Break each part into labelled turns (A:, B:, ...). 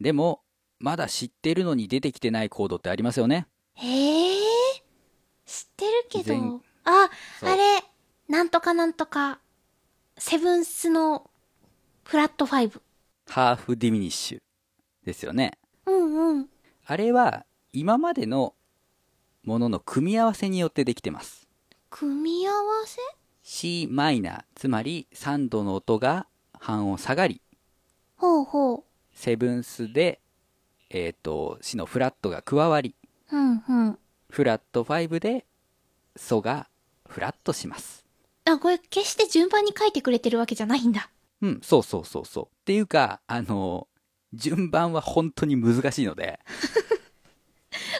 A: でも、まだ知ってるのに出てきてないコードってありますよね。
B: へえ知ってるけど
A: 全
B: あ
A: そう
B: あれなんとかなんとかセブンスのフラットファイブ
A: ハーフディミニッシュですよね。
B: うんうん
A: あれは、今までのものの組み合わせによってできてます。
B: 組み合わせ
A: c マイナー、つまり3度の音が半音下がり、
B: ほうほ
A: セブンスで、えっ、と、C のフラットが加わり、
B: ううんうん
A: フラット5で、ソがフラットします。
B: あこれ決して順番に書いてくれてるわけじゃないんだ
A: うん、そうそうそうそう。っていうか、あの、順番は本当に難しいので、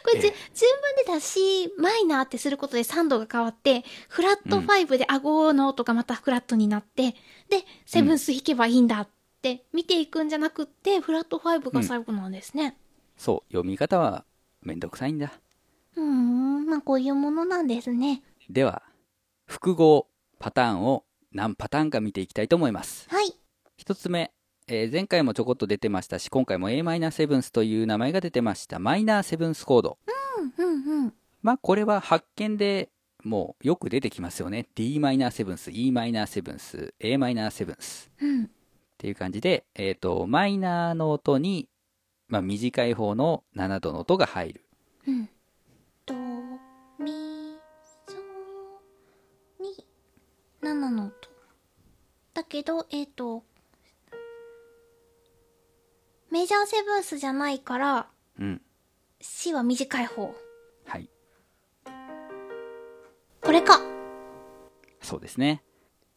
B: これ、じ
A: ええ
B: 順番で出しマイナーってすることで3度が変わってフラット5で顎の音がまたフラットになって、でセブンス弾けばいいんだって見ていくんじゃなくってフラット5が最後なんですね
A: そう、読み方はめんどくさいんだ。
B: うーんまあこういうものなんですね
A: では、複合パターンを何パターンか見ていきたいと思います。
B: はい
A: 一つ目、えー前回もちょこっと出てましたし、今回も Am7 という名前が出てました、マイナーセブンスコード。
B: うんうんうん
A: まあ、これは発見でもうよく出てきますよね。Dm7、Em7、Am7。
B: うん
A: っていう感じで、えっ、と、マイナーの音に、まあ、短い方の7度の音が入る。
B: うんドミソに7の音だけどえっ、とメジャーセブンスじゃないから
A: うん。
B: C は短い方
A: はい。
B: これか
A: そうですね。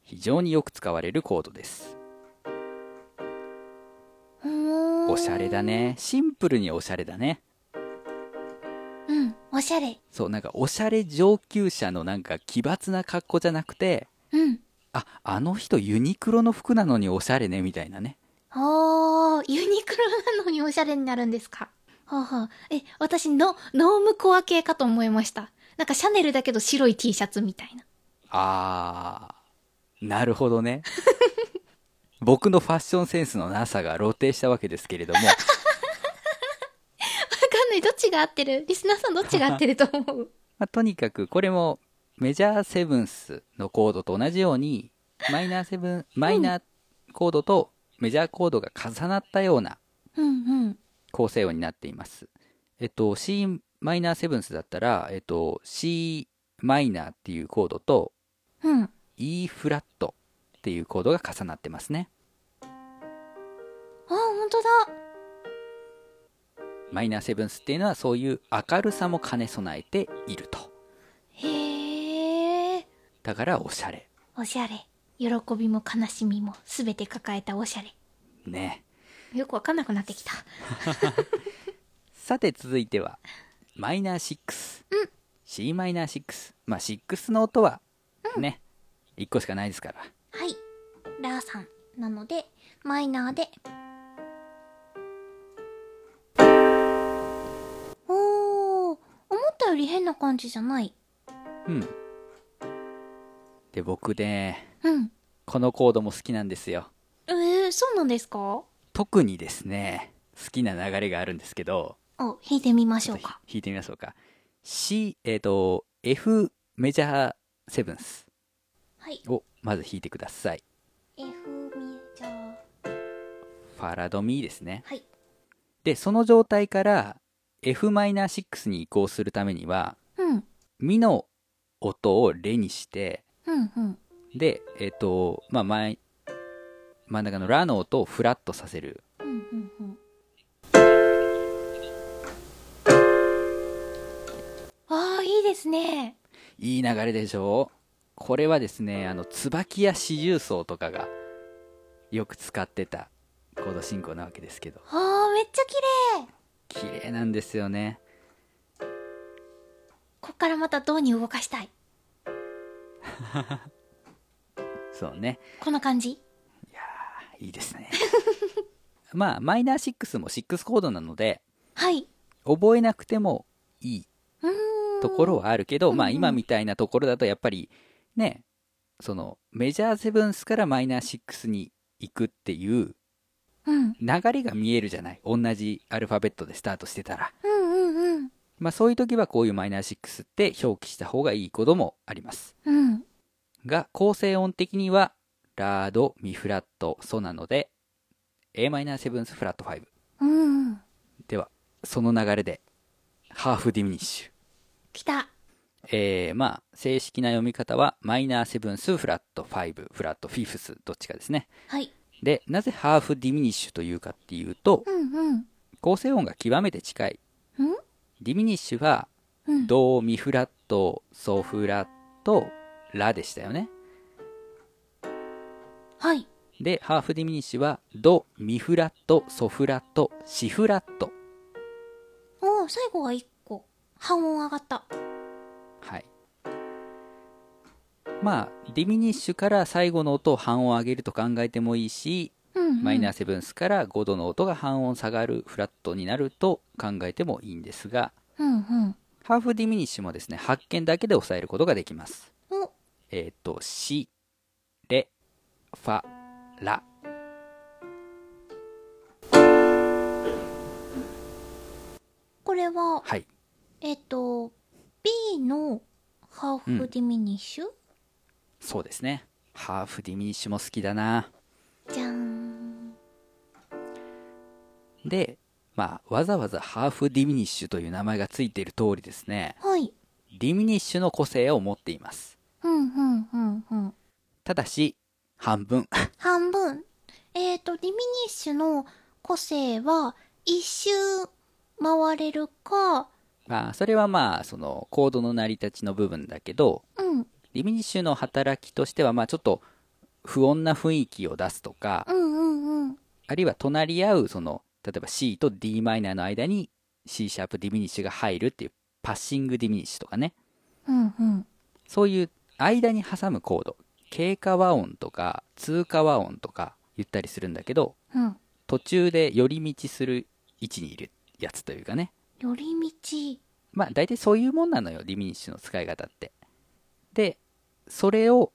A: 非常によく使われるコードです。お
B: お
A: しゃれだね。シンプルにおしゃれだね。
B: うんおしゃれ
A: そう、なんかおしゃれ上級者のなんか奇抜な格好じゃなくて、
B: うん
A: あ、あの人ユニクロの服なのにおしゃれね、みたいなね。
B: おーユニクロなのにおしゃれになるんですかはあ、はあ、え私のノームコア系かと思いましたなんかシャネルだけど白い T シャツみたいな
A: あー、なるほどね。僕のファッションセンスのなさが露呈したわけですけれども、
B: わかんない。どっちが合ってるリスナーさんどっちが合ってると思う
A: まあ、とにかくこれもメジャーセブンスのコードと同じようにマイナーセブンマイナーコードとメジャーコードが重なったような
B: うんうん。
A: 構成音になっています。えっと C マイナーセブンスだったら、えっと、C マイナーっていうコードと
B: うん。
A: E フラットっていうコードが重なってますね。
B: あ、ほんとだ。
A: マイナーセブンスっていうのはそういう明るさも兼ね備えていると。
B: へえ。
A: だからおしゃれ。
B: おしゃれ。喜びも悲しみもすべて抱えたおしゃれ。
A: ね。
B: よくわかんなくなってきた。
A: さて続いてはマイナー6、C マイナー6まあ6の音はね、一1個しかないですから
B: はい。ラーさん。なので、マイナーで。おー。思ったより変な感じじゃない。
A: うんで僕ね
B: うん。
A: このコードも好きなんですよ
B: えー、そうなんですか
A: 特にですね好きな流れがあるんですけど
B: お、弾いてみまし
A: ち
B: ょ
A: ょ
B: う
A: っと弾
B: か。
A: いてみましょうか C えっ、と F メジャーセブンス
B: はい。
A: をまず弾いてください
B: F ミジャー。
A: ファラドミですね
B: はい。
A: でその状態から F マイナー6に移行するためには
B: うん。
A: ミの音をレにして、
B: うんうん。
A: で、えっ、と、まあ、前、真ん中のラの音をフラットさせる。
B: うんうんうん。ああ、いいですね。
A: いい流れでしょうこれはですね、あの、椿や四重奏とかがよく使ってたコード進行なわけですけど、
B: ああ、めっちゃ綺麗。
A: 綺麗なんですよね。
B: こっからまたうに動かしたい。
A: そうね。
B: この感じ。
A: いやー、いいですね。まあ、マイナー6も6コードなので、
B: はい。
A: 覚えなくてもいいう
B: ーん。
A: ところはあるけど、
B: うん
A: まあ
B: うん
A: 今みたいなところだとやっぱりねそのメジャーセブンスからマイナー6に行くっていう
B: うん。
A: 流れが見えるじゃない同じアルファベットでスタートしてたら、
B: うんうんうん。
A: まあ、そういう時はこういうマイナー6って表記した方がいいこともあります
B: うん。
A: が構成音的にはラードミフラットソなので Am7 フラット5
B: うんうん。
A: ではその流れでハーフディミニッシュ
B: 来た。
A: えーまあ正式な読み方はマイナーセブンスフラット5フラットフィフスどっちかですね
B: はい。
A: でなぜハーフディミニッシュというかっていうと
B: うんうん。
A: 構成音が極めて近い
B: うん
A: ディミニッシュは
B: うん。
A: ドミフラットソフラットラでしたよね
B: はい。
A: でハーフディミニッシュはドミフラットソフラットシフラット
B: おお、最後が一個。半音上がった。
A: はいまあディミニッシュから最後の音を半音上げると考えてもいいし
B: うん、うん。
A: マイナーセブンスから5度の音が半音下がるフラットになると考えてもいいんですが
B: うんうん。
A: ハーフディミニッシュもですね発見だけで抑えることができます
B: お、
A: えっ、とシレファラ
B: これは、
A: はい
B: えっ、と、B のハーフディミニッシュ、
A: そうですねハーフディミニッシュも好きだな
B: じゃーん。
A: でまあわざわざハーフディミニッシュという名前がついている通りですね
B: はい。
A: ディミニッシュの個性を持っています
B: うんうんうんうん。
A: ただし半分
B: 半分。えっ、と、ディミニッシュの個性は、一周回れるか、
A: まあそれはまあそのコードの成り立ちの部分だけど
B: うん、
A: ディミニッシュの働きとしては、まあ、ちょっと不穏な雰囲気を出すとか、
B: うんうんうん。
A: あるいは隣り合うその例えば C と d マイナーの間に C シャープディミニッシュが入るっていうパッシングディミニッシュとかね
B: うんうん。
A: そういう間に挟むコード経過和音とか通過和音とか言ったりするんだけど
B: うん。
A: 途中で寄り道する位置にいるやつというかね
B: 寄り道。
A: まあ大体そういうもんなのよディミニッシュの使い方ってでそれを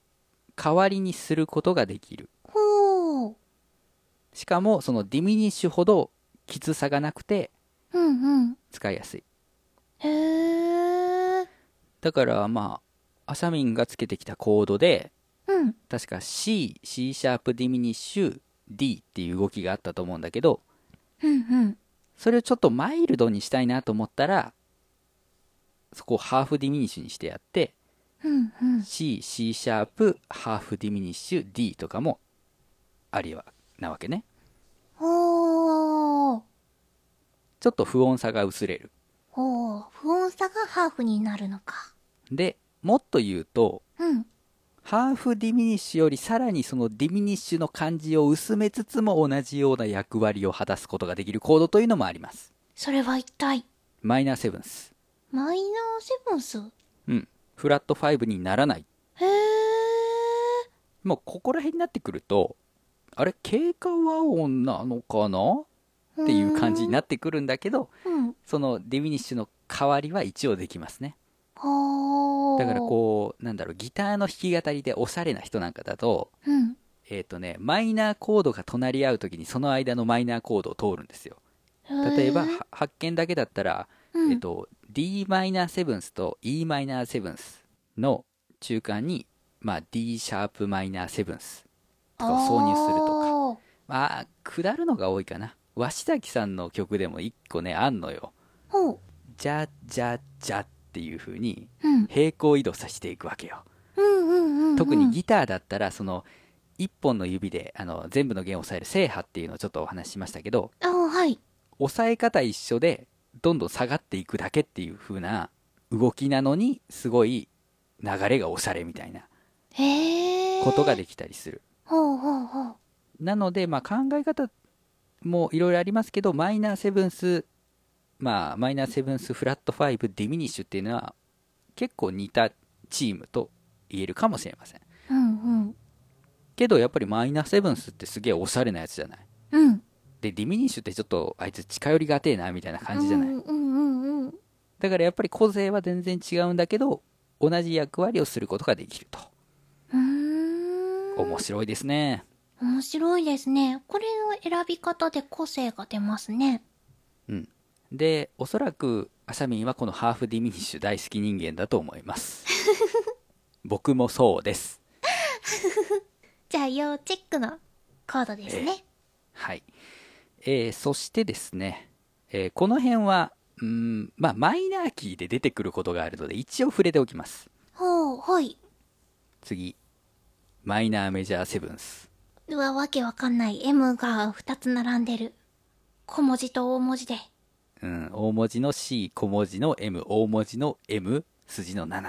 A: 代わりにすることができる
B: ほう。
A: しかもそのディミニッシュほどきつさがなくて
B: うんうん。
A: 使いやすい
B: へえ。
A: だからまあアシャミンがつけてきたコードで
B: うん。
A: 確か C C シャープディミニッシュ D っていう動きがあったと思うんだけど
B: うんうん。
A: それをちょっとマイルドにしたいなと思ったらそこをハーフディミニッシュにしてやって
B: うんうん。
A: C C シャープハーフディミニッシュ D とかもありはなわけね
B: ほう。
A: ちょっと不穏さが薄れる
B: ほう。不穏さがハーフになるのか。
A: でもっと言うと
B: うん。
A: ハーフディミニッシュよりさらにそのディミニッシュの感じを薄めつつも同じような役割を果たすことができるコードというのもあります
B: それは一体、
A: マイナーセブンス
B: マイナーセブンス
A: うんフラット5にならない
B: へえ。
A: もうここら辺になってくるとあれ経過和音なのかなっていう感じになってくるんだけど
B: うん。
A: そのディミニッシュの代わりは一応できますね
B: ほう。
A: だからこうなんだろうギターの弾き語りでおしゃれな人なんかだと
B: う。うん。
A: えっ、とねマイナーコードが隣り合う時にその間のマイナーコードを通るんですよ例えば、
B: へ
A: は発見だけだったら、
B: うん、
A: えっと、d マイナーセブンスと e マイナーセブンスの中間に、まあ、d シャープマイナーセブンスとかを挿入するとか
B: とか。
A: まあ下るのが多いかな鷲崎さんの曲でも一個ねあんのよ
B: ほう。
A: じゃじゃじゃっていう風に
B: うん。
A: 平行移動させていくわけよ
B: うんうんうん、うん。
A: 特にギターだったらその1本の指であの全部の弦を押さえる制覇っていうのをちょっとお話ししましたけど
B: あはい。
A: 押さえ方一緒でどんどん下がっていくだけっていう風な動きなのにすごい流れがおしゃれみたいな
B: へえ。
A: ことができたりする、
B: ほうほうほう。
A: なのでまあ考え方もいろいろありますけどマイナーセブンスまあマイナーセブンスフラット5ディミニッシュっていうのは結構似たチームと言えるかもしれません
B: うんうん。
A: けどやっぱりマイナーセブンスってすげえおしゃれなやつじゃない
B: うん。
A: でディミニッシュってちょっとあいつ近寄りがてえなみたいな感じじゃない、
B: うんうんうんうん。
A: だからやっぱり個性は全然違うんだけど同じ役割をすることができると
B: うーん。
A: 面白いですね
B: う面白いですね。これの選び方で個性が出ますね。
A: うん、でおそらくアサミンはこのハーフディミニッシュ大好き人間だと思います僕もそうです
B: じゃあ要チェックのコードですね。
A: はい、えーそしてですね、えーこの辺はうーんまあマイナーキーで出てくることがあるので一応触れておきます
B: ほう、はい。
A: 次マイナーメジャーセブンス
B: うわ、わけわかんない。M が2つ並んでる。小文字と大文字で。
A: うん、大文字の C 小文字の M 大文字の M 筋の7、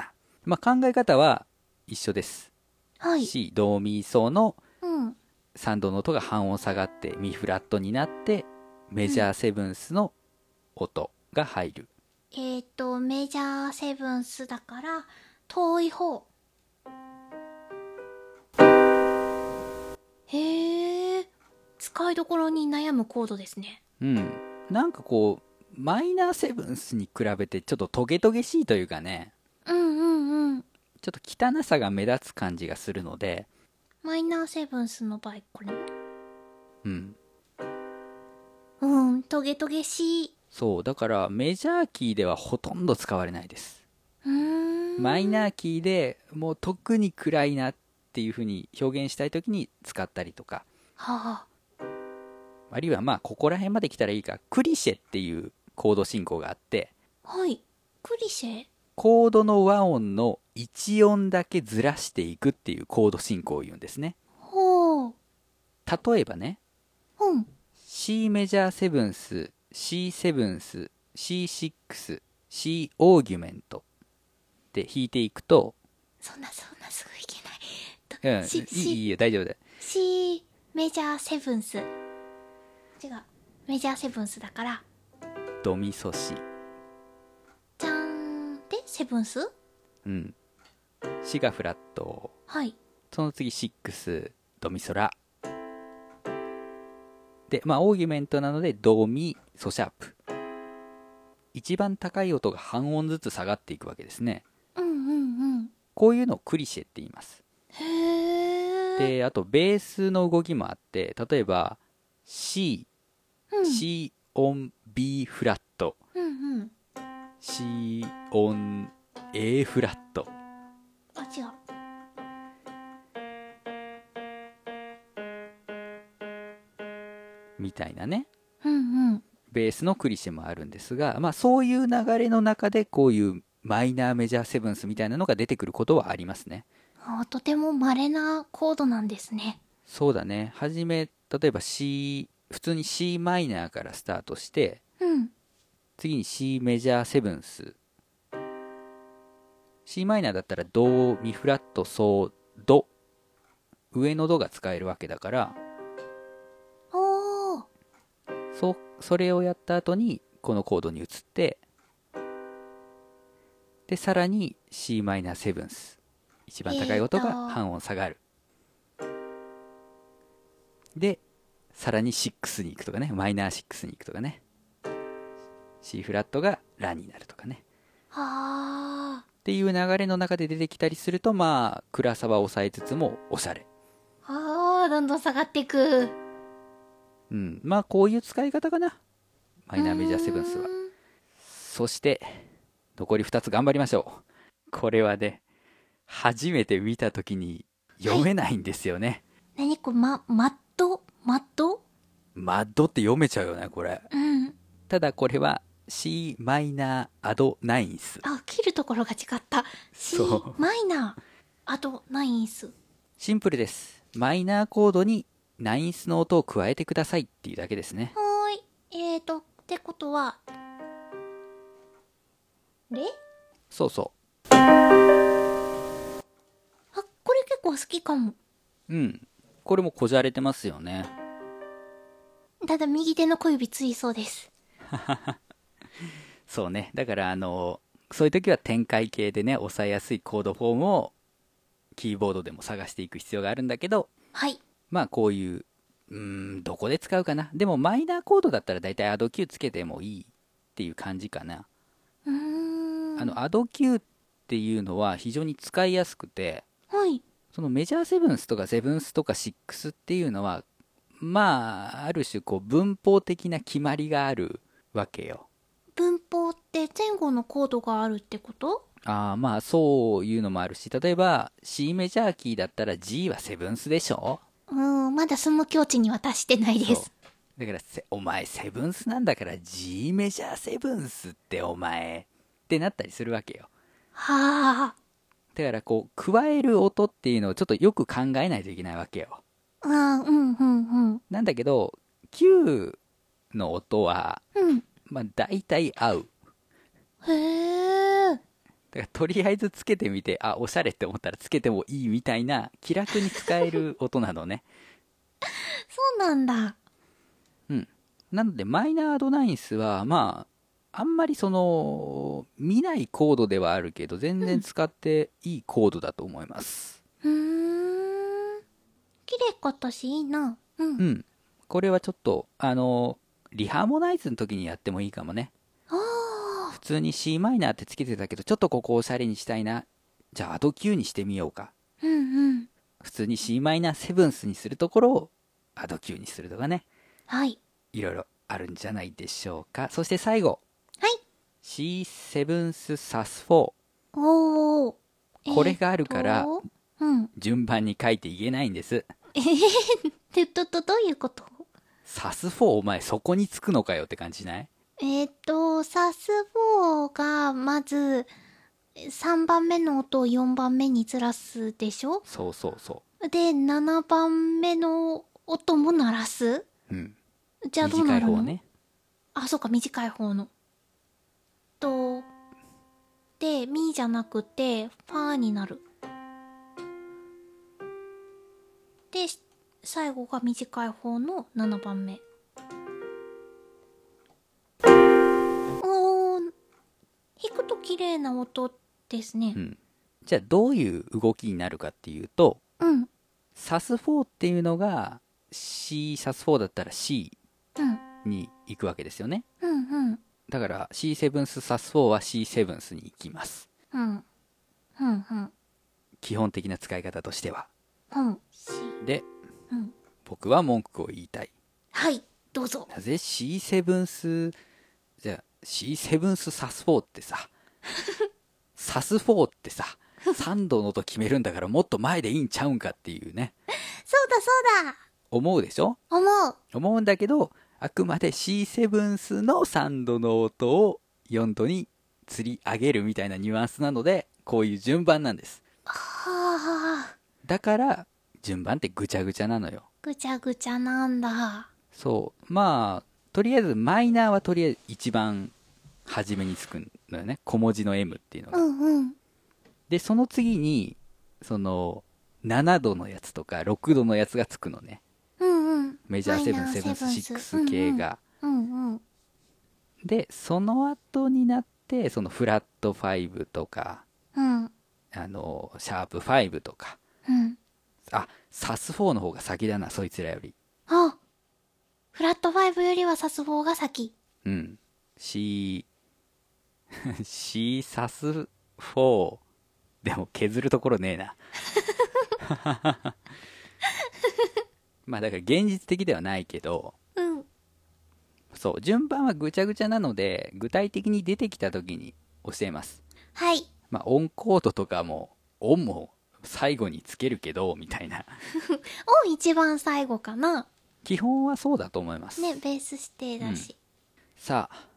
A: まあ、考え方は一緒です、
B: はい。
A: C ドミソの
B: うん。
A: 3度の音が半音下がってミフラットになってメジャーセブンスの音が入る、
B: えっ、と、メジャーセブンスだから、遠い方。へえ、使いどころに悩むコードですね。
A: うん、なんかこうマイナーセブンスに比べてちょっとトゲトゲしいというかね
B: うんうんうん。
A: ちょっと汚さが目立つ感じがするので、
B: マイナーセブンスの場合、これ。
A: うん、
B: うん、トゲトゲしい。
A: そうだからメジャーキーではほとんど使われないです
B: うーん。
A: マイナーキーでもう特に暗いなっていう風に表現したい時に使ったりとか
B: はあ。
A: あるいはまあここら辺まで来たらいいかクリシェっていうコード進行があって
B: はい。クリシェ
A: コードの和音の1音だけずらしていくっていうコード進行を言うんですね
B: ほう。
A: 例えばね
B: うん。
A: C メジャーセブンス C セブンス C6 C オーギュメントで弾いていくと、
B: そんな、そんな、すぐいけない。
A: う
B: と
A: ん、いいいいよ大丈夫だよ
B: C メジャーセブンス違うメジャーセブンスだから
A: ドミソシ
B: じゃーんでセブンス
A: うんシがフラット
B: はい
A: その次6ドミソラでまあオーギュメントなのでドミソシャープ一番高い音が半音ずつ下がっていくわけですね
B: うんうんうん
A: こういうのをクリシェって言います
B: へえ
A: であとベースの動きもあって例えば C、
B: うん、
A: C オン B フラット
B: うんうん
A: C オン A フラット
B: あ違う
A: みたいなね
B: うんうん
A: ベースのクリシェもあるんですが、まあ、そういう流れの中でこういうマイナーメジャーセブンスみたいなのが出てくることはありますね
B: あーとても稀なコードなんですね
A: そうだねはじめ例えば C 普通に C マイナーからスタートして
B: うん
A: 次に C メジャーセブンス C マイナーだったらドミフラットソード上のドが使えるわけだから
B: おー
A: そそれをやった後にこのコードに移ってでさらに c マイナーセブンス一番高い音
B: え
A: が
B: ーと
A: 半音下がる、でさらに6に行くとかねマイナー6に行くとかね C フラットがラになるとかね
B: あー
A: っていう流れの中で出てきたりするとまあ暗さは抑えつつもおしゃれ
B: あーどんどん下がっていく
A: うんまあこういう使い方かなマイナーメジャーセブンスは
B: うーん
A: そして残り2つ頑張りましょうこれはね初めて見た時に読めないんですよね、
B: 何これまマッドマッド
A: マッドって読めちゃうよねこれ
B: うん
A: ただこれは c マイナーアドナインス
B: あ、切るところが違った。C
A: そう
B: マイナー。あと、ナインス。
A: シンプルですマイナーコードにナインスの音を加えてくださいっていうだけですね
B: はーい。えーと、ってことは、レ
A: そうそ
B: あ、これ結構好きかも。
A: ううんこれもこじゃれてますよね
B: ただ、右手の小指ついそうです。
A: そうねだからあのそういう時は展開系でね押さえやすいコードフォームをキーボードでも探していく必要があるんだけど
B: はい。
A: まあこういう、うーん、どこで使うかな。でもマイナーコードだったら大体アド Q つけてもいいっていう感じかな。
B: うーん。
A: あの、アド Q っていうのは非常に使いやすくて、
B: はい。
A: そのメジャーセブンスとかセブンスとかシックスっていうのはまあある種こう文法的な決まりがあるわけよ
B: 文法って前後のコードがあるってこと
A: あーまあそういうのもあるし例えば C メジャーキーだったら G はセブンスでしょ
B: うん、まだその境地には達してないで
A: そう
B: す。
A: だからせお前セブンスなんだから G メジャーセブンスってお前ってなったりするわけよ
B: は
A: だからこう加える音っていうのをちょっとよく考えないといけないわけよ
B: あ。うん、うん、うん、うん。
A: なんだけど Q の音は
B: うん。
A: まあ大体合う
B: へえ。
A: だからとりあえずつけてみてあおしゃれって思ったらつけてもいいみたいな気楽に使える音なのね
B: そうなんだ。
A: なのでマイナードナインスはまああんまりその見ないコードではあるけど全然使っていいコードだと思います
B: うーん。綺麗かったし、いいな。うん。
A: うん、これはちょっとあのリハーモナイズの時にやってもいいかもね
B: あ
A: 普通に c マイナーってつけてたけどちょっとここをおしゃれにしたいなじゃあアド Q にしてみようか
B: ーうん、うん。
A: 普通に c マイナーセブンスにするところをアド Q にするとかね
B: はい。
A: いろいろあるんじゃないでしょうかそして最後
B: はい。
A: C セブンスサス4
B: おお。
A: これがあるから
B: えーっとうん。
A: 順番に書いていけないんです
B: えへへへ。ど、ど、どういうこと
A: サス4お前そこにつくのかよって感じない
B: えーっと、サスボーが、まず、3番目の音を4番目にずらすでしょ
A: そうそうそ
B: で、7番目の音も鳴らす
A: ううん
B: じゃあどうなるの
A: 短い方ね
B: あ、そうか、短い方の。と、で、ミじゃなくて、ファーになる。で、し最後が短い方の7番目。おー、弾くと綺麗な音ですね
A: う。ん、じゃあどういう動きになるかっていうと
B: うん、
A: サス4っていうのが C サス4だったら C
B: うん、
A: に行くわけですよね
B: うん、うん、
A: だから C セブンスサス4は C セブンスに行きます
B: うん、うん、うん、
A: 基本的な使い方としては
B: うん、し
A: で
B: うん。
A: 僕は文句を言いたい
B: はい、どうぞ。
A: なぜ C セブンスじゃあ C セブンスサス4ってさサス4ってさ3度の音決めるんだからもっと前でいいんちゃうんかっていうね
B: そうだ、そうだ
A: 思うでしょ
B: 思う
A: 思うんだけどあくまで C7 スの3度の音を4度に釣り上げるみたいなニュアンスなのでこういう順番なんです
B: はあ、
A: だから順番ってぐちゃぐちゃなのよ
B: ぐちゃぐちゃなんだ。
A: そうまあとりあえずマイナーはとりあえず一番初めにつくのよね小文字の M っていうの
B: う
A: が
B: んうん。
A: でその次にその7度のやつとか6度のやつがつくのね
B: うんうん。
A: メジャーセブンセブンスシックス系が、。
B: うんうん。
A: でその後になってそのフラット5とか
B: うん
A: あのシャープ5とか
B: うん。
A: あサス4の方が先だなそいつらより
B: あフラットファイブよりはサスボーが先。
A: うん C C サス4でも削るところねえな まあだから現実的ではないけど
B: うん。
A: そう順番はぐちゃぐちゃなので具体的に出てきた時に教えます
B: はい。
A: まあ、オンコードとかも、オンも最後につけるけど、みたいな。
B: を一番最後かな。
A: 基本はそうだと思います。
B: ね、ベース指定だし。
A: さあ、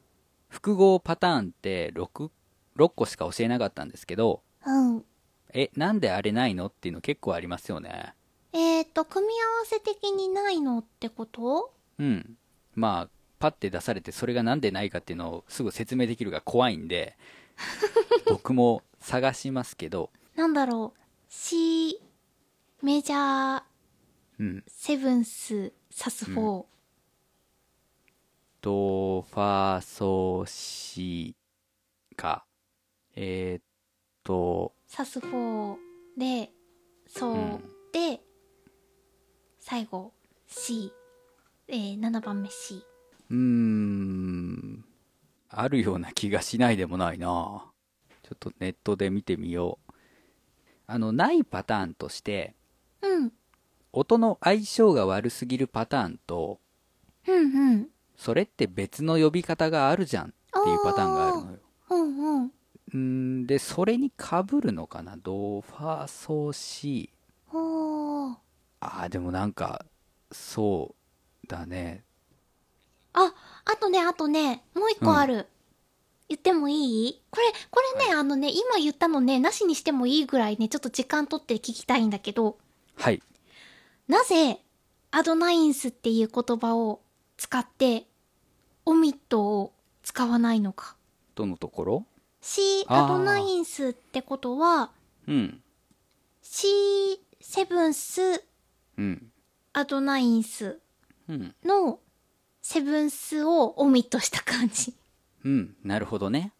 A: 複合パターンって6、6個しか教えなかったんですけど、
B: うん。
A: え、なんであれないのっていうの結構ありますよね。
B: えっ、ー、と、組み合わせ的にないのってこと
A: うん。まあ、パッて出されてそれがなんでないかっていうのをすぐ説明できるが怖いんで、僕も探しますけど、
B: なんだろう。C、メジャー、
A: うん。
B: セブンス、サスフォー。
A: ド、ファ、ソ、シ、か。えー、っと、
B: サスフォーでそう、
A: うん
B: で最後 C、えー、7番目 C
A: うーん、あるような気がしないでもないな。ちょっとネットで見てみよう。あの、ないパターンとして、
B: うん。
A: 音の相性が悪すぎるパターンと
B: うんうん。
A: それって別の呼び方があるじゃんっていうパターンがあるのよ
B: うんうん。
A: うんでそれにかぶるのかなドファソシ
B: ほー。
A: あーでもなんかそうだね
B: あ、あとね、あとね、もう一個ある。言ってもいいこれ、これね、あのね、今言ったのね、なしにしてもいいぐらいね、ちょっと時間取って聞きたいんだけど、
A: はい
B: なぜ、アドナインスっていう言葉を使って、オミットを使わないのか。
A: どのところ
B: C、
A: あー
B: アドナインスってことは、
A: うん。
B: C、セブンス、
A: うん。
B: アドナインス
A: うん。
B: の、セブンスをオミットした感じ。
A: うん。なるほどね。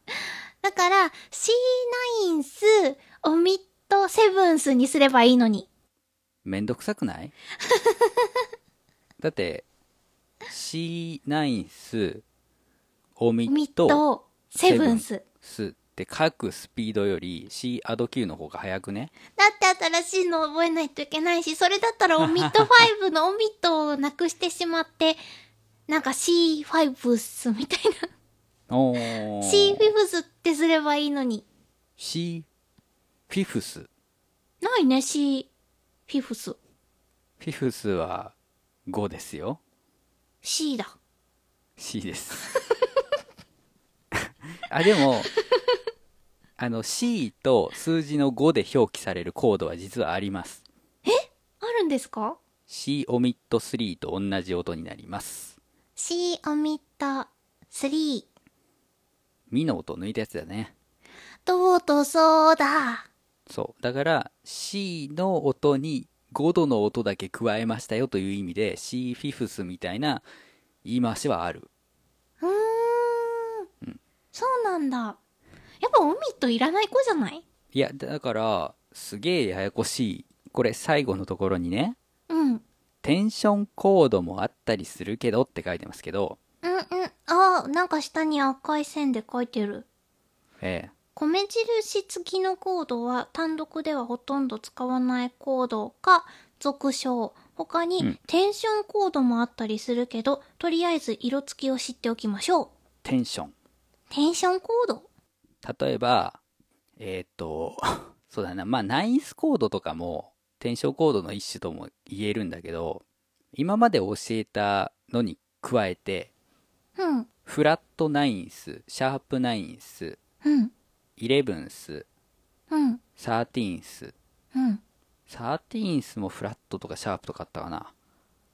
B: だから、C9 ス、オミットセブンスにすればいいのに。
A: めんどくさくないだって、C ナインス、オミ
B: オミッ
A: ット、
B: トセブンス。
A: スって書くスピードより C アド Q の方が速くね。
B: だって新しいの覚えないといけないし、それだったらオミット5のオミットをなくしてしまって、なんか C5 スみたい
A: お
B: な。
A: ー
B: C5 スってすればいいのに。
A: C フィフス。フ
B: ないね、C5 ス。
A: ィフスは5ですよ。
B: C だ。
A: C です あでもあの C と数字の5で表記されるコードは実はあります
B: あるんですか
A: C オミット3と同じ音になります
B: ?C オミット3。
A: ミの音抜いたやつだね
B: とうとそうだ。
A: そうだから C の音に5度の音だけ加えましたよという意味で C フィフスみたいな言い回しはある
B: うーん。そうなんだ。やっぱオミットいらない子じゃない
A: いやだからすげえややこしいこれ最後のところにね
B: うん。うん
A: テンションコードもあったりするけどって書いてますけど
B: うん。あー、なんか下に赤い線で書いてる。
A: ええ、
B: 米印付きのコードは単独ではほとんど使わないコードか俗称。他に、
A: うん
B: テンションコードもあったりするけど、とりあえず色付きを知っておきましょう。
A: テンション。
B: テンションコード
A: 例えば、えーっと、 そうだな、まあ、ナインスコードとかも、テンションコードの一種とも言えるんだけど、今まで教えたのに加えて、
B: うん。
A: フラットナインス、シャープナインス、
B: うん。
A: イレブンス、
B: うん。
A: サーティーンス、
B: うん。
A: サーティーンスもフラットとかシャープとかあったかな、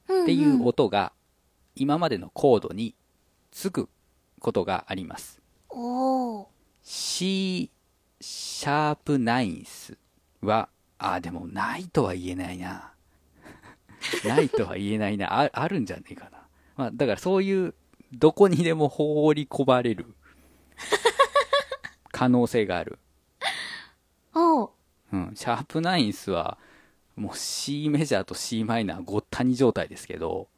B: うん。
A: っていう音が、今までのコードにつくことがあります。
B: おー。
A: C シャープナインスはあでもないとは言えないな ないとは言えないなああるんじゃねえかな、まあ、だからそういうどこにでも放り込まれる可能性がある、
B: おー。
A: うん、シャープナインスはもう C メジャーと C マイナーごったに状態ですけど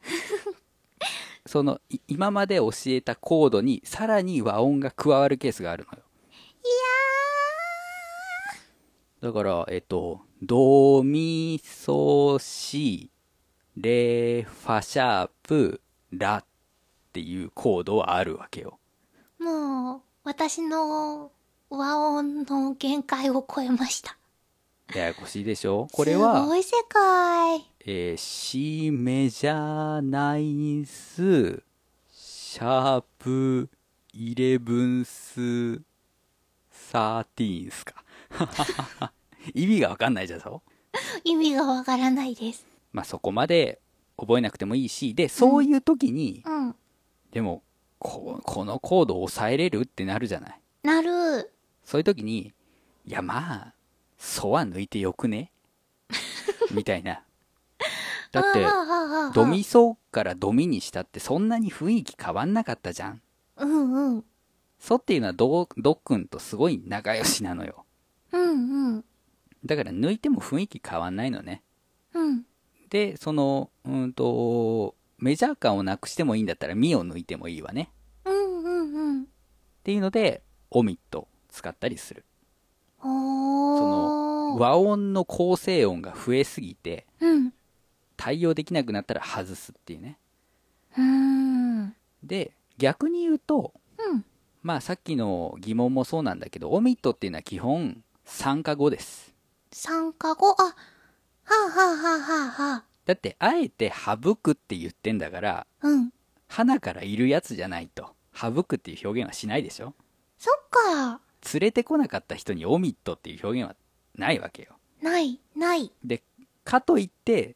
A: そのい今まで教えたコードにさらに和音が加わるケースがあるのよだから、えっと、ドミソシレファシャープラっていうコードはあるわけよ。
B: もう、私の和音の限界を超えました。
A: ややこしいでしょこれは。
B: すごい世界。
A: えー、C メジャーナインス、シャープ、イレブンス、サーティーンスか。 意味がわかんないじゃぞ。
B: 意味がわからないです。
A: まあ、そこまで覚えなくてもいいし、で、そういう時に、
B: うん。
A: でもこ、このコードを抑えれるってなるじゃない。
B: なる。
A: そういう時に、いや、まあ、ソは抜いてよく ねみたいな。だって、
B: ああああ
A: ドミ。ソからドミにしたってそんなに雰囲気変わんなかったじゃん。
B: うんうん。
A: ソっていうのはドドックンとすごい仲良しなのよ。
B: うんうん。
A: だから抜いても雰囲気変わんないのね。
B: うん。
A: で、その、うんと、メジャー感をなくしてもいいんだったらミを抜いてもいいわね。
B: うんうん
A: っていうので、オミット使ったりする。
B: うん。お
A: そ
B: ー。おー
A: 和音の構成音が増えすぎて
B: うん。
A: 対応できなくなったら外すっていうね
B: うーん。
A: で逆に言うと
B: うん。
A: まあさっきの疑問もそうなんだけどオミットっていうのは基本3か5です
B: 参加後、あ、はあ、はあはあはあはあ、
A: だってあえて省くって言ってんだから
B: うん。
A: 花からいるやつじゃないと省くっていう表現はしないでしょ
B: そっか。
A: 連れてこなかった人にオミットっていう表現はないわけよ
B: ない、ない。
A: でかといって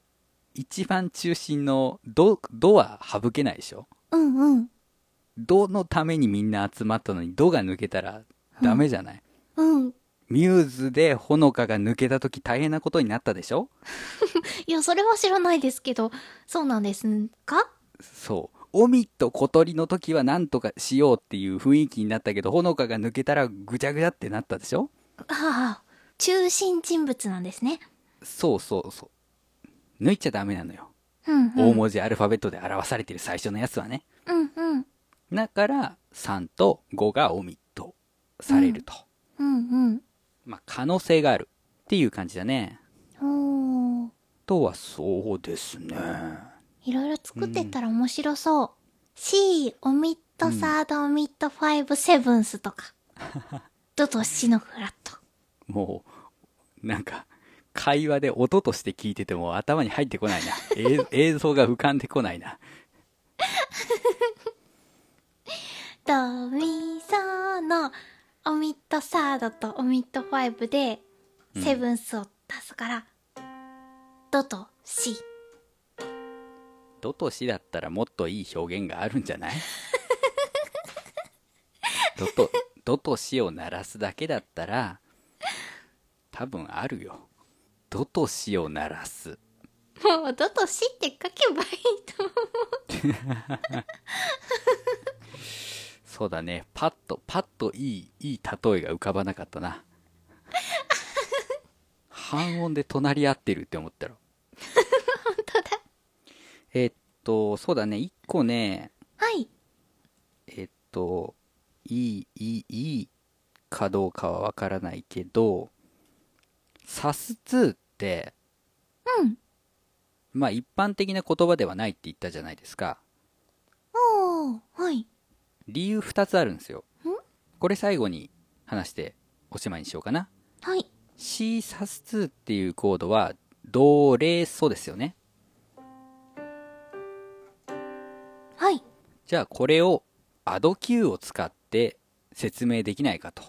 A: 一番中心のド「ド」は省けないでしょ
B: うんうん。
A: 「ド」のためにみんな集まったのに「ド」が抜けたらダメじゃない、
B: うん。
A: ミューズでほのかが抜けた時大変なことになったでしょ
B: いや、それは知らないですけど、そうなんですか
A: そうオミと小鳥の時は何とかしようっていう雰囲気になったけどほのかが抜けたらぐちゃぐちゃってなったでしょ
B: はあ、中心人物なんですね。
A: そうそうそう抜いちゃダメなのよ、
B: うん、うん。
A: 大文字アルファベットで表されてる最初のやつはね
B: うんうん。
A: だから3と5がオミットされると、
B: うん
A: まあ可能性があるっていう感じだね
B: うん。おー。
A: あとはそうですね
B: いろいろ作ってったら面白そう。C、オミット、サード、オミット、ファイブ、セブンスとか。ドとシのフラット。
A: もうなんか会話で音として聞いてても頭に入ってこないな映 映像が浮かんでこないな
B: ドミソのオミットサードとオミットファイブで
A: うん
B: セブンスを足すから、ドとシ。
A: ドとシだったらもっといい表現があるんじゃない ドとドとシを鳴らすだけだったら多分あるよドとシを鳴らす
B: もうドとシって書けばいいと思う。
A: そうだねパッとパッといいいい例えが浮かばなかった な半音で隣り合ってるって思ったら
B: 本当だ。
A: えっとそうだね1個ね
B: はい。
A: えっといいいいいいかどうかはわからないけど「サス2」って
B: うん。
A: まあ一般的な言葉ではないって言ったじゃないですか
B: おー。はい。
A: 理由2つあるんですよ
B: ん
A: これ最後に話しておしまいにしようかな
B: はい。
A: C サス2っていうコードはドレソですよね
B: はい。
A: じゃあこれをアド Q を使って説明できないかと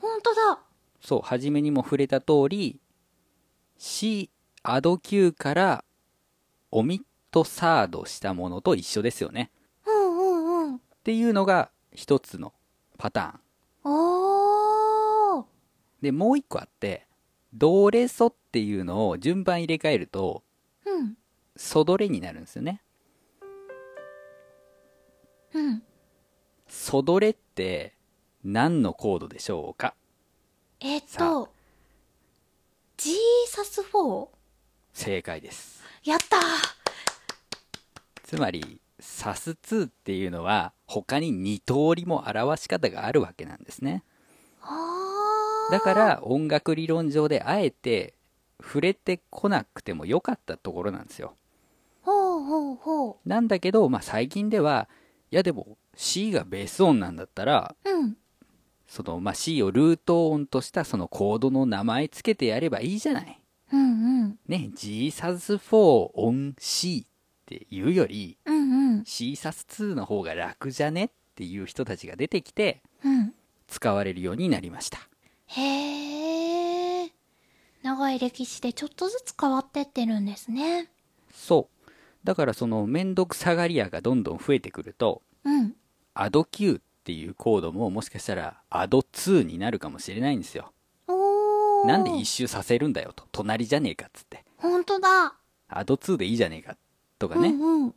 B: 本当だ。
A: そう初めにも触れた通り C アド Q からオミットサードしたものと一緒ですよね
B: うんうんうん。
A: っていうのが一つのパターン
B: おー。
A: でもう一個あってドレソっていうのを順番入れ替えると
B: うん。
A: ソドレになるんですよね
B: うん。
A: ソドレって何のコードでしょうか
B: えっ
A: さ
B: と、ジーサス 4?
A: 正解です
B: やったー
A: つまりサス2っていうのは他に2通りも表し方があるわけなんですね
B: あー
A: だから音楽理論上であえて触れてこなくてもよかったところなんですよ
B: ほうほうほ
A: なんだけど、まあ、最近ではいやでも C がベース音なんだったら
B: う。うん。
A: その、まあ、C をルート音としたそのコードの名前つけてやればいいじゃない
B: うんうん。
A: ね G サス4音 C っていうより
B: うんうん。
A: C サス2の方が楽じゃねっていう人たちが出てきて
B: うん。
A: 使われるようになりました
B: へー。長い歴史でちょっとずつ変わってってるんですね。
A: そうだからその面倒くさがり屋がどんどん増えてくると
B: うん。
A: アド Q っていうコードももしかしたらアド2になるかもしれないんですよ
B: おー。
A: なんで一周させるんだよと隣じゃねえかっつって
B: ほんとだ。
A: アド2でいいじゃねえかとかね、
B: うんうん。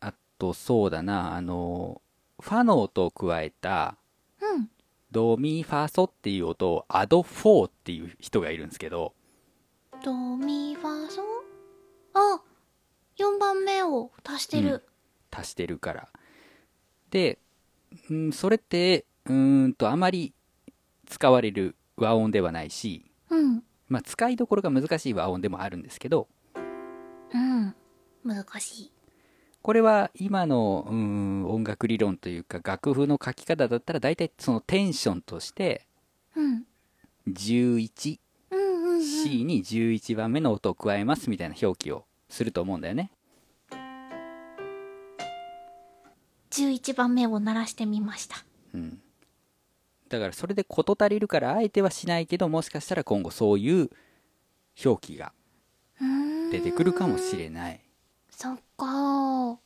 A: あとそうだなあのファの音を加えた
B: うん。
A: ドミファソっていう音をアド4っていう人がいるんですけど
B: ドミファソあ、4番目を足してる。
A: 足してるからで、うん、それってうーんとあまり使われる和音ではないし
B: うん。
A: まあ、使いどころが難しい和音でもあるんですけど
B: うん。難しい。
A: これは今のうーん音楽理論というか楽譜の書き方だったら大体そのテンションとして
B: うん。
A: 11C
B: うんうんうん。
A: に11番目の音を加えますみたいな表記をすると思うんだよね。
B: 11番目を鳴らしてみました。
A: うん、だからそれで事足りるからあえてはしないけどもしかしたら今後そういう表記が出てくるかもし
B: ん。
A: れない
B: そっかー。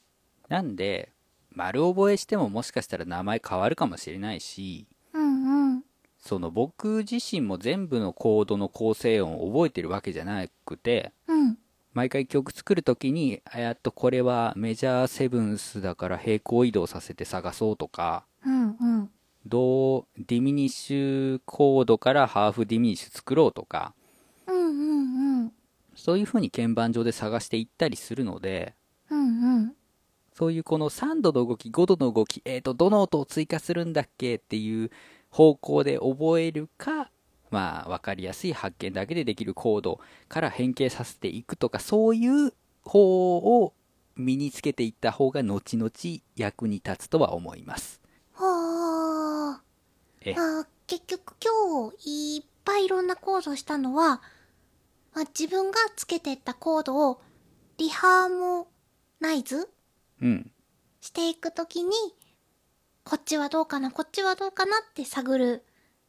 A: なんで丸覚えしてももしかしたら名前変わるかもしれないし
B: うんうん。
A: その僕自身も全部のコードの構成音を覚えてるわけじゃなくて
B: うん。
A: 毎回曲作る時にあやっとこれはメジャーセブンスだから平行移動させて探そうとか
B: うんうん。
A: どうディミニッシュコードからハーフディミニッシュ作ろうとか
B: うんうんうん。
A: そういう風に鍵盤上で探していったりするので、
B: うんうん。
A: そういうこの3度の動き、5度の動き、えっ、と、どの音を追加するんだっけっていう方向で覚えるか、まあ、わかりやすい発見だけでできるコードから変形させていくとか、そういう方を身につけていった方が後々役に立つとは思います。
B: は
A: え
B: あ。あ結局今日いっぱいいろんなコードしたのは、あ、自分がつけてったコードをリハーモナイズ
A: うん。
B: していくときに、こっちはどうかな、こっちはどうかなって探る。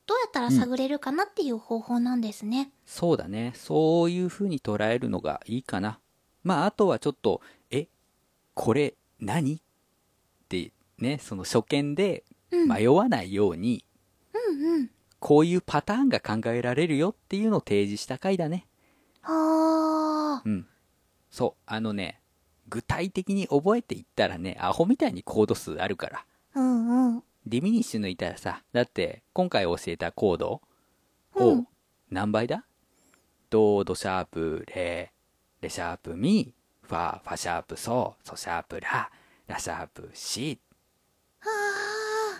B: どうやったら探れるかなっていう方法なんですね。
A: そうだね。そういう風に捉えるのがいいかな。まあ、あとはちょっと、え、これ何ってね、その初見で
B: うん。
A: 迷わないように、
B: うんうん。
A: こういうパターンが考えられるよっていうのを提示した回だね。
B: はあ。
A: うん。そう。あのね、具体的に覚えていったらね、アホみたいにコード数あるから。
B: うんうん。
A: ディミニッシュ抜いたらさ、だって今回教えたコード
B: う
A: を
B: ん
A: 何倍だ、ド、ドシャープ、レ、レシャープ、ミ、ファ、ファシャープ、ソ、ソシャープ、ラ、ラシャープ、シ。
B: は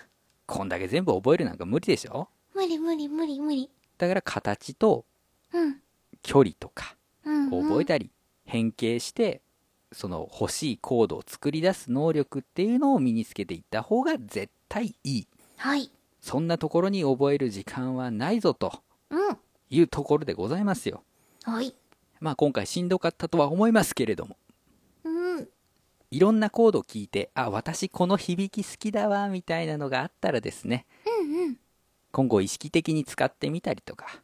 B: あ。
A: こんだけ全部覚えるなんか無理でしょ
B: 無理無理無理無理。
A: だから形と
B: うん。
A: 距離とか
B: うん、うん。
A: 覚えたり変形してその欲しいコードを作り出す能力っていうのを身につけていった方が絶対いい
B: はい。
A: そんなところに覚える時間はないぞと
B: うん。
A: いうところでございますよ
B: はい。
A: まあ今回しんどかったとは思いますけれども
B: うん。
A: いろんなコードを聞いてあ私この響き好きだわみたいなのがあったらですね
B: うんうん。
A: 今後意識的に使ってみたりとか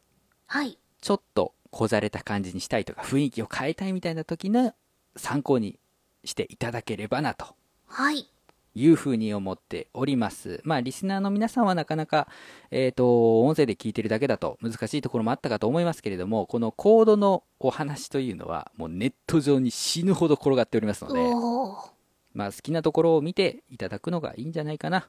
B: はい。
A: ちょっとこざれた感じにしたいとか雰囲気を変えたいみたいな時の参考にしていただければなと
B: はい。
A: いうふうに思っております。まあ、リスナーの皆さんはなかなか、えっ、と、音声で聞いてるだけだと難しいところもあったかと思いますけれども、このコードのお話というのは、もうネット上に死ぬほど転がっておりますので、
B: おお。
A: まあ、好きなところを見ていただくのがいいんじゃないかな。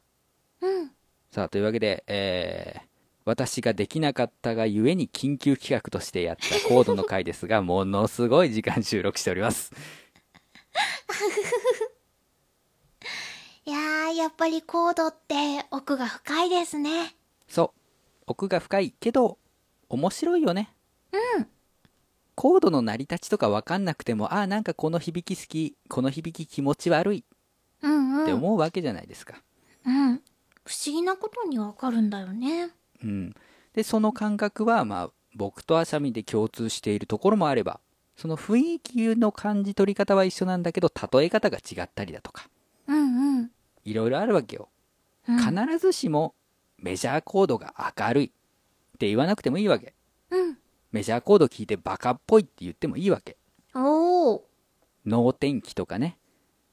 B: うん。
A: さあ、というわけで、えー私ができなかったがゆえに緊急企画としてやったコードの回ですが、ものすごい時間収録しております。
B: いやー、やっぱりコードって奥が深いですね。
A: そう奥が深いけど面白いよねコードの成り立ちとか分かんなくてもああなんかこの響き好きこの響き気持ち悪い
B: うん
A: って
B: うん。
A: 思うわけじゃないですか、
B: うん。不思議なことにわかるんだよね。
A: うんでその感覚はまあ僕とアシャミで共通しているところもあればその雰囲気の感じ取り方は一緒なんだけど例え方が違ったりだとか
B: うんうん。
A: いろいろあるわけよ
B: うん
A: 必ずしもメジャーコードが明るいって言わなくてもいいわけ
B: うん。
A: メジャーコード聞いてバカっぽいって言ってもいいわけ
B: おお。
A: 能天気とかね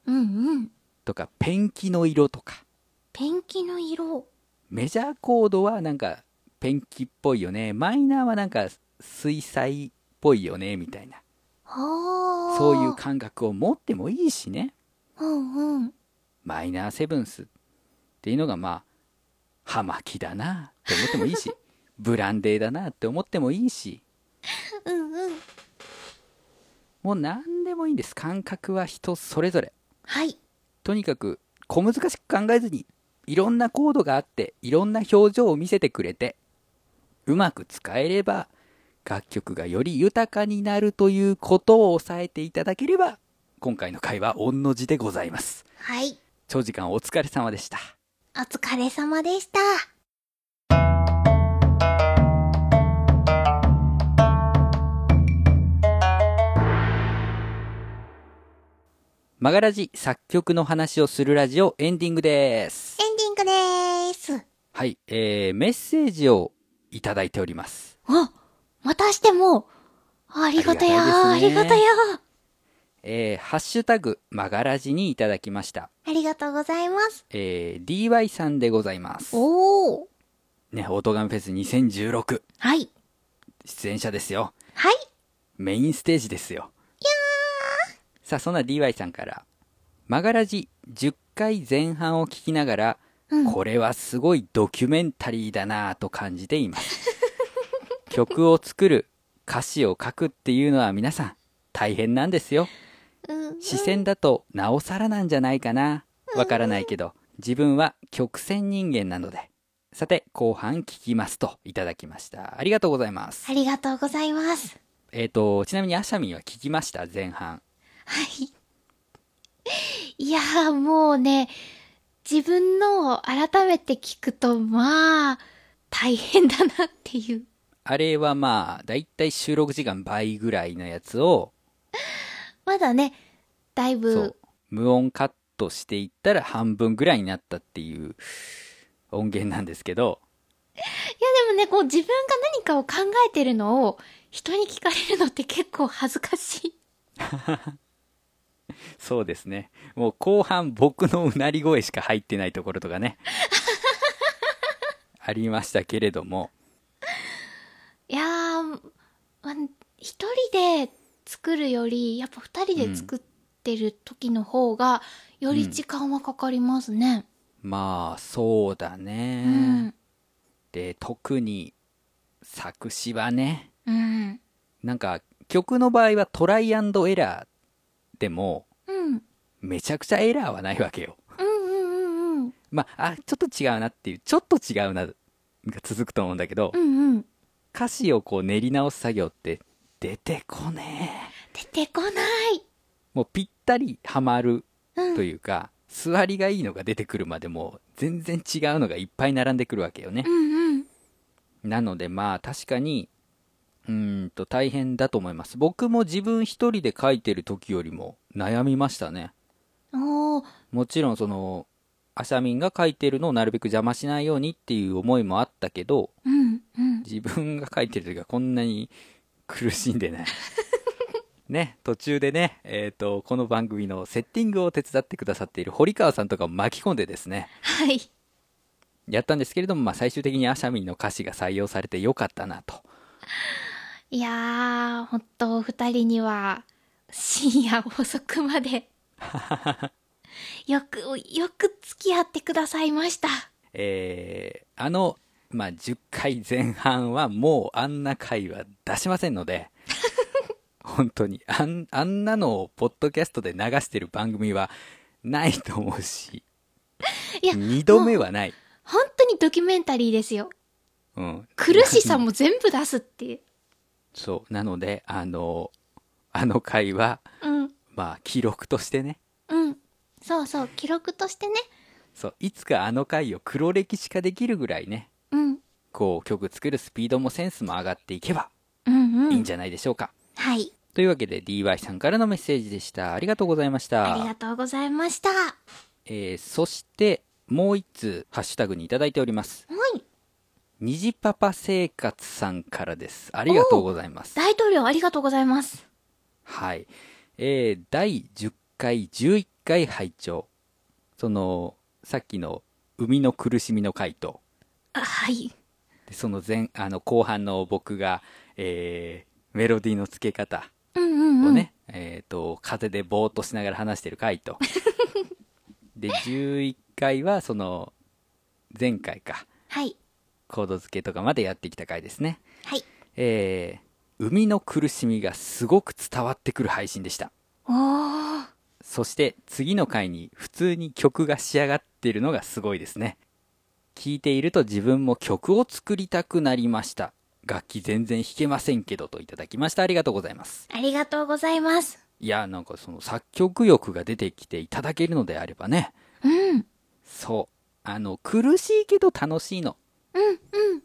B: うんうん。
A: とかペンキの色とか
B: ペンキの色。
A: メジャーコードはなんかペンキっぽいよねマイナーはなんか水彩っぽいよねみたいな
B: はあ。
A: そういう感覚を持ってもいいしね
B: うんうん。
A: マイナーセブンスっていうのがまあ葉巻だなって思ってもいいしブランデーだなって思ってもいいし
B: うんうん。
A: もう何でもいいんです感覚は人それぞれ
B: はい。
A: とにかく小難しく考えずにいろんなコードがあっていろんな表情を見せてくれてうまく使えれば楽曲がより豊かになるということを押さえていただければ今回の回は御の字でございます
B: はい。
A: 長時間お疲れ様でした
B: お疲れ様でした。
A: マガラジ作曲の話をするラジオエンディングです
B: エンディングでーす。
A: はい、えー、メッセージをいただいております
B: あ、またしても、ありがたやー、あ
A: あ
B: り
A: り
B: が
A: が
B: た
A: た
B: や
A: い
B: ー。
A: えー、ハッシュタグマガラジにいただきました
B: ありがとうございます。
A: えー、DY さんでございます
B: おー。
A: ね、オートガンフェス2016
B: はい。
A: 出演者ですよ
B: はい。
A: メインステージですよさあそんな DY さんから「マガラジ10回前半を聞きながら、
B: うん
A: これはすごいドキュメンタリーだなぁと感じています 曲を作る歌詞を書くっていうのは皆さん大変なんですよ
B: うん。
A: 視線だとなおさらなんじゃないかなわからないけど自分は曲線人間なのでさて後半聞きますといただきましたありがとうございます
B: ありがとうございます。
A: えっ、とちなみにあしゃみんは聞きました前半
B: はい。いやー、もうね、自分のを改めて聞くと、まあ、大変だなっていう。
A: あれはまあだいたい収録時間倍ぐらいのやつを
B: まだね、だい
A: そ
B: ぶ
A: う、無音カットしていったら半分ぐらいになったっていう音源なんですけど
B: いやでもね、こう自分が何かを考えてるのを人に聞かれるのって結構恥ずかしい。
A: そうですねもう後半僕のうなり声しか入ってないところとかねありましたけれども
B: いやー、ま、一人で作るより、やっぱ二人で作ってる時の方が、より時間はかかりますね。
A: まあそうだ
B: う
A: ね、
B: ん。
A: で特に作詞はね
B: うん。
A: なんか曲の場合はトライアンドエラーでも
B: うん。
A: めちゃくちゃエラーはないわけよ
B: うんうんうんうん。
A: まああちょっと違うなっていうちょっと違うなが続くと思うんだけど、
B: うんうん。
A: 歌詞をこう練り直す作業って出てこねえ
B: 出てこない。
A: もうぴったりハマる
B: うん。
A: というか、座りがいいのが出てくるまでもう全然違うのがいっぱい並んでくるわけよね
B: う、んうん。
A: なのでまあ確かにうーんと大変だと思います僕も自分一人で書いてる時よりも悩みましたね
B: おー。
A: もちろんそのアシャミンが書いてるのをなるべく邪魔しないようにっていう思いもあったけど
B: うんうん。
A: 自分が書いてる時はこんなに苦しんで ないね途中でねえっ、とこの番組のセッティングを手伝ってくださっている堀川さんとかを巻き込んでですね
B: はい。
A: やったんですけれども、まあ、最終的にアシャミンの歌詞が採用されてよかったなと
B: いやー、ほんと、二人には、深夜遅くま で、よく、よく付き合ってくださいました。
A: えーあの、まあ、10回前半はもうあんな回は出しませんの で本当にあんあんなのをポッドキャストで流してる番組はないと思うし
B: いや
A: 2度目はない、
B: 本当にドキュメンタリーですよ。
A: うん、
B: 苦しさも全部出すっていう。
A: そうなのであのあの回は
B: うん、
A: まあ記録としてね
B: うん。そうそう、記録としてね。
A: そういつかあの回を黒歴史化できるぐらいね
B: うん、
A: こう曲作るスピードもセンスも上がっていけば
B: うん、うん。
A: いいんじゃないでしょうか、
B: はい。
A: というわけで DY さんからのメッセージでしたありがとうございまし
B: あり
A: た
B: がとうございました。は
A: えーそしてもう一通ハッシュタグにいただいております
B: い。
A: にじパパ生活さんからですありがとうございます
B: 大統領ありがとうございます。
A: はいえー第10回11回拝聴そのさっきの生みの苦しみの回と
B: あ、はい。
A: でその前あの後半の僕が、えーメロディーの付け方
B: うん、うん、う
A: を
B: ん。
A: ね、えー、と風でぼーっとしながら話してる回 とで11回はその前回か
B: はい。
A: コード付けとかまでやってきた回ですね
B: はい。
A: えー海の苦しみがすごく伝わってくる配信でした
B: おー。
A: そして次の回に普通に曲が仕上がってるのがすごいですね聴いていると自分も曲を作りたくなりました楽器全然弾けませんけどといただきましたありがとうございます
B: ありがとうございます。
A: いやなんかその作曲欲が出てきていただけるのであればね
B: うん。
A: そうあの苦しいけど楽しいの
B: うん、うん。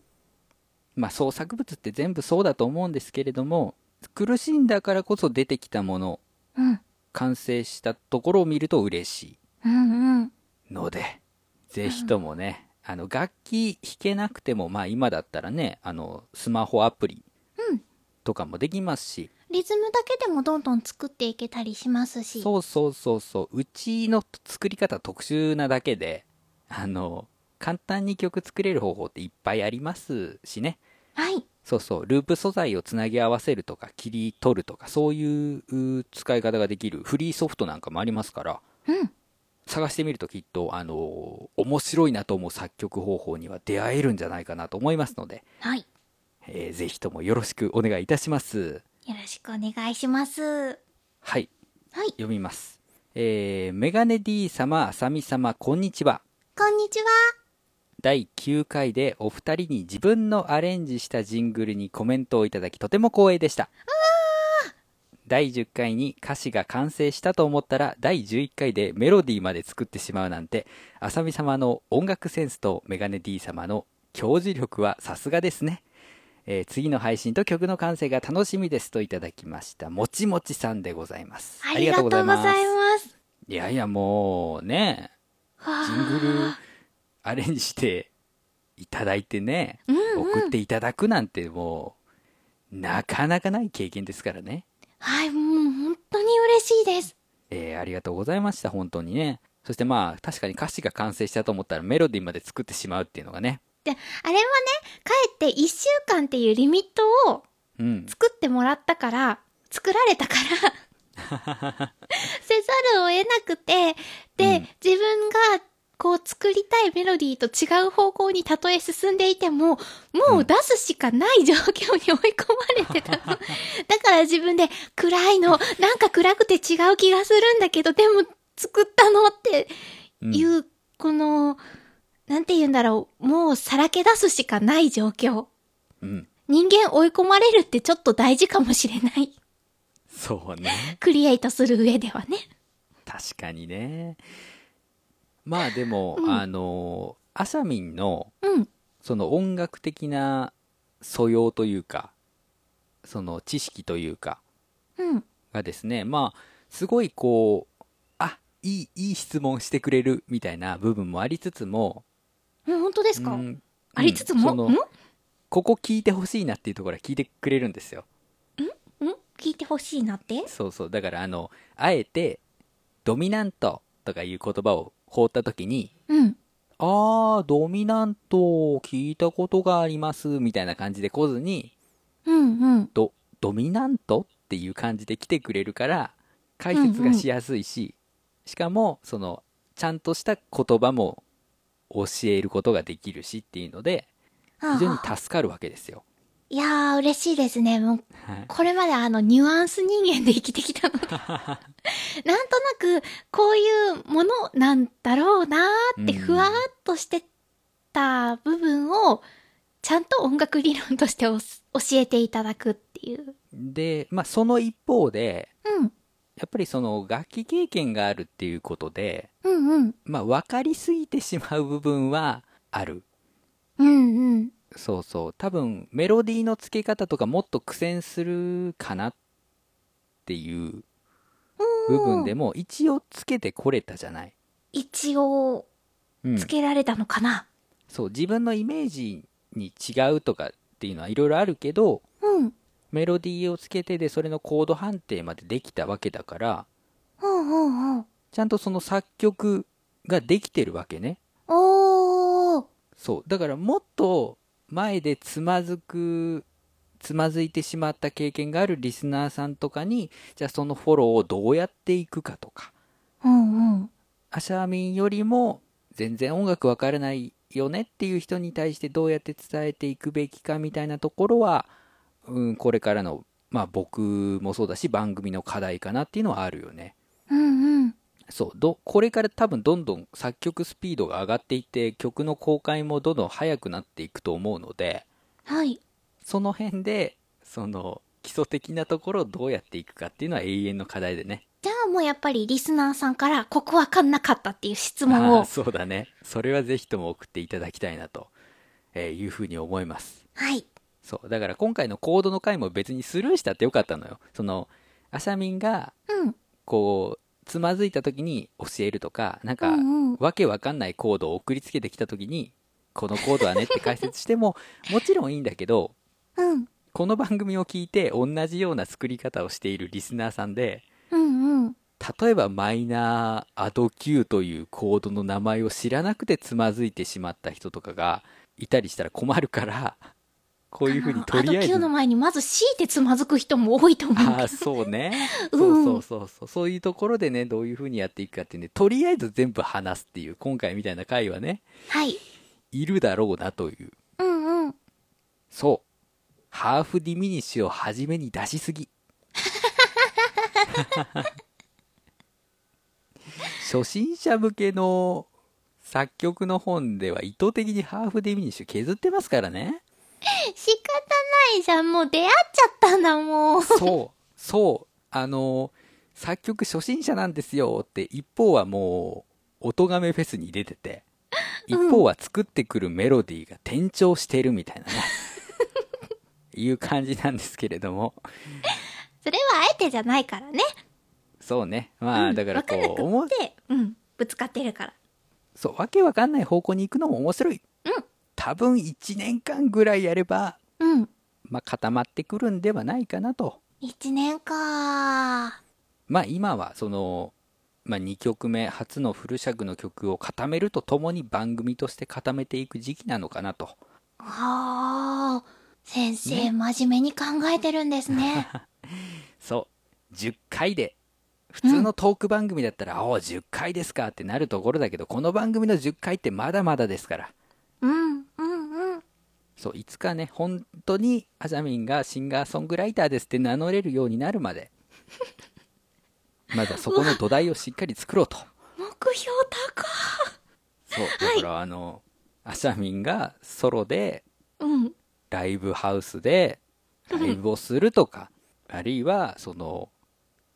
A: まあ創作物って全部そうだと思うんですけれども苦しいんだからこそ出てきたもの
B: うん、
A: 完成したところを見ると嬉し
B: うん、うん。
A: いのでぜひともね、あの楽器弾けなくてもまあ今だったらねあのスマホアプリ
B: うん
A: とかもできますし、
B: リズムだけでもどんどん作っていけたりしますし。
A: そうそうそうそううちの作り方特殊なだけであの簡単に曲作れる方法っていっぱいありますしね
B: はい。
A: そうそうループ素材をつなぎ合わせるとか切り取るとかそういうう使い方ができるフリーソフトなんかもありますから
B: うん。
A: 探してみるときっとあの面白いなと思う作曲方法には出会えるんじゃないかなと思いますので、
B: はい。
A: えーぜひともよろしくお願いいたします
B: よろしくお願いします。
A: はい
B: はい。
A: 読みますえーメガネ D 様あさみ様こんにちは
B: こんにちは。
A: 第9回でお二人に自分のアレンジしたジングルにコメントをいただきとても光栄でした第10回に歌詞が完成したと思ったら第11回でメロディーまで作ってしまうなんてあさみ様の音楽センスとメガネ D 様の教授力はさすがですね、えー次の配信と曲の完成が楽しみですといただきましたもちもちさんでございます
B: ありがとうございます。
A: いやいやもうねジングルアレンジしていただいてね、
B: ル、うんうん、
A: 送っていただくなんてもうなかなかない経験ですからね、
B: はい、もう本当に嬉しいです。
A: えーありがとうございました本当にねそしてまあ確かに歌詞が完成したと思ったらメロディーまで作ってしまうっていうのがね
B: で、あれはね、かえって1週間っていうリミットを
A: うん
B: 作ってもらったから、作られたから、 せざるを得なくて、で、
A: うん
B: 自分がこう作りたいメロディーと違う方向にたとえ進んでいても、もう出すしかない状況に追い込まれてた の。だから自分で暗いの、なんか暗くて違う気がするんだけど、でも作ったのって
A: うん
B: いう、この、なんて言うんだろう、もうさらけ出すしかない状況。
A: うん
B: 人間追い込まれるってちょっと大事かもしれない。
A: そうね
B: クリエイトする上ではね。
A: 確かにねまあでも、
B: うん
A: あのあさみんの
B: うん。
A: その音楽的な素養というかその知識というか
B: うん。
A: がですねまあすごいこうあいいいい質問してくれるみたいな部分もありつつも
B: うん、本当ですか、
A: うん
B: ありつつ
A: うん
B: も、
A: その
B: んん
A: ここ聞いてほしいなっていうところは聞いてくれるんですよ
B: 聞いてほしいなって
A: そうそうだからあのあえて「ドミナント」とかいう言葉を放った時に
B: うん。
A: 「あードミナントを聞いたことがあります」みたいな感じで来ずに
B: うんうん。
A: ドドミナントっていう感じで来てくれるから解説がしやすいし、しかもそのちゃんとした言葉も教えることができるしっていうので非常に
B: ああ
A: 助かるわけですよ。
B: いやー、嬉しいですね。もう、
A: はい
B: これまであの、ニュアンス人間で生きてき たので。なんとなく、こういうものなんだろうなーって、
A: うん
B: ふわーっとしてた部分を、ちゃんと音楽理論としておす教えていただくっていう。
A: で、まあ、その一方で
B: うん。
A: やっぱりその楽器経験があるっていうことで、
B: うんうん。
A: まあ、分かりすぎてしまう部分はある。
B: うんうん。
A: そうそう多分メロディーの付け方とかもっと苦戦するかなっていう部分でも一応つけてこれたじゃない、
B: 一
A: う
B: 応、
A: ん
B: つけられたのかな。
A: そう自分のイメージに違うとかっていうのはいろいろあるけど
B: うん。
A: メロディーをつけてでそれのコード判定までできたわけだから
B: ほうほうほう。
A: ちゃんとその作曲ができてるわけね
B: おー。
A: そうだからもっと前でつまずくつまずいてしまった経験があるリスナーさんとかにじゃあそのフォローをどうやっていくかとか
B: うんうん。
A: アシャーミンよりも全然音楽わからないよねっていう人に対してどうやって伝えていくべきかみたいなところは、うん、これからの、まあ、僕もそうだし番組の課題かなっていうのはあるよね。
B: うんうん。
A: そうどこれから多分どんどん作曲スピードが上がっていって曲の公開もどんどん速くなっていくと思うので
B: はい。
A: その辺でその基礎的なところをどうやっていくかっていうのは永遠の課題でね
B: じゃあもうやっぱりリスナーさんからここわかんなかったっていう質問
A: あー
B: を。
A: そうだねそれはぜひとも送っていただきたいなと、えーいうふうに思います
B: はい。
A: そうだから今回のコードの回も別にスルーしたってよかったのよそのあさみんが
B: うん。
A: こうつまずいた時に教えるとかなんか、
B: うんうん
A: わけわかんないコードを送りつけてきた時にこのコードはねって解説しても もちろんいいんだけど
B: うん。
A: この番組を聞いて同じような作り方をしているリスナーさんで
B: うんうん。
A: 例えばマイナーアド Q というコードの名前を知らなくてつまずいてしまった人とかがいたりしたら困るからこういうふうにとりあえ
B: あのアドキュー
A: ず
B: の前にまず強いてつまずく人も多いと思う
A: あ
B: か
A: あそうね、
B: うん
A: そうそうそうそうそういうところでねどういうふうにやっていくかってねとりあえず全部話すっていう今回みたいな回はね
B: ら。はい。
A: いるだろうなという
B: うんうん。
A: そうハーフディミニッシュを初めに出しす ぎ初心者向けの作曲の本では意図的にハーフディミニッシュ削ってますからね
B: 仕方ないじゃん。もう出会っちゃったんだもん。
A: そう、そう、あの、作曲初心者なんですよって、一方はもう、おとがめフェスに出てて、一方は作ってくるメロディーが転調してるみたいなね、いう感じなんですけれども、
B: それはあえてじゃないからね。
A: そうね、ま
B: う
A: あ、
B: ん
A: だから
B: わ
A: こう、
B: かん
A: 思
B: な
A: う
B: くって、うん。ぶつかってるから。
A: そう、わけわかんない方向に行くのも面白い。
B: うん
A: 多分1年間ぐらいやれば、
B: うん。
A: まあ、固まってくるんではないかなと。
B: 一年か
A: まあ今はその、まあ、2曲目初のフル尺の曲を固めるとともに番組として固めていく時期なのかなと
B: ああ。先
A: ね
B: 生、真面目に考えてるんですね。
A: そう10回で普通のトーク番組だったら「おお10回ですか」ってなるところだけどこの番組の10回ってまだまだですから
B: うん、うん、うん。
A: そういつかね本当にあざみんがシンガーソングライターですって名乗れるようになるまでまずはそこの土台をしっかり作ろうと
B: 目標高
A: そうだからあの、あざみんがソロで
B: うん。
A: ライブハウスでライブをするとか、あるいはその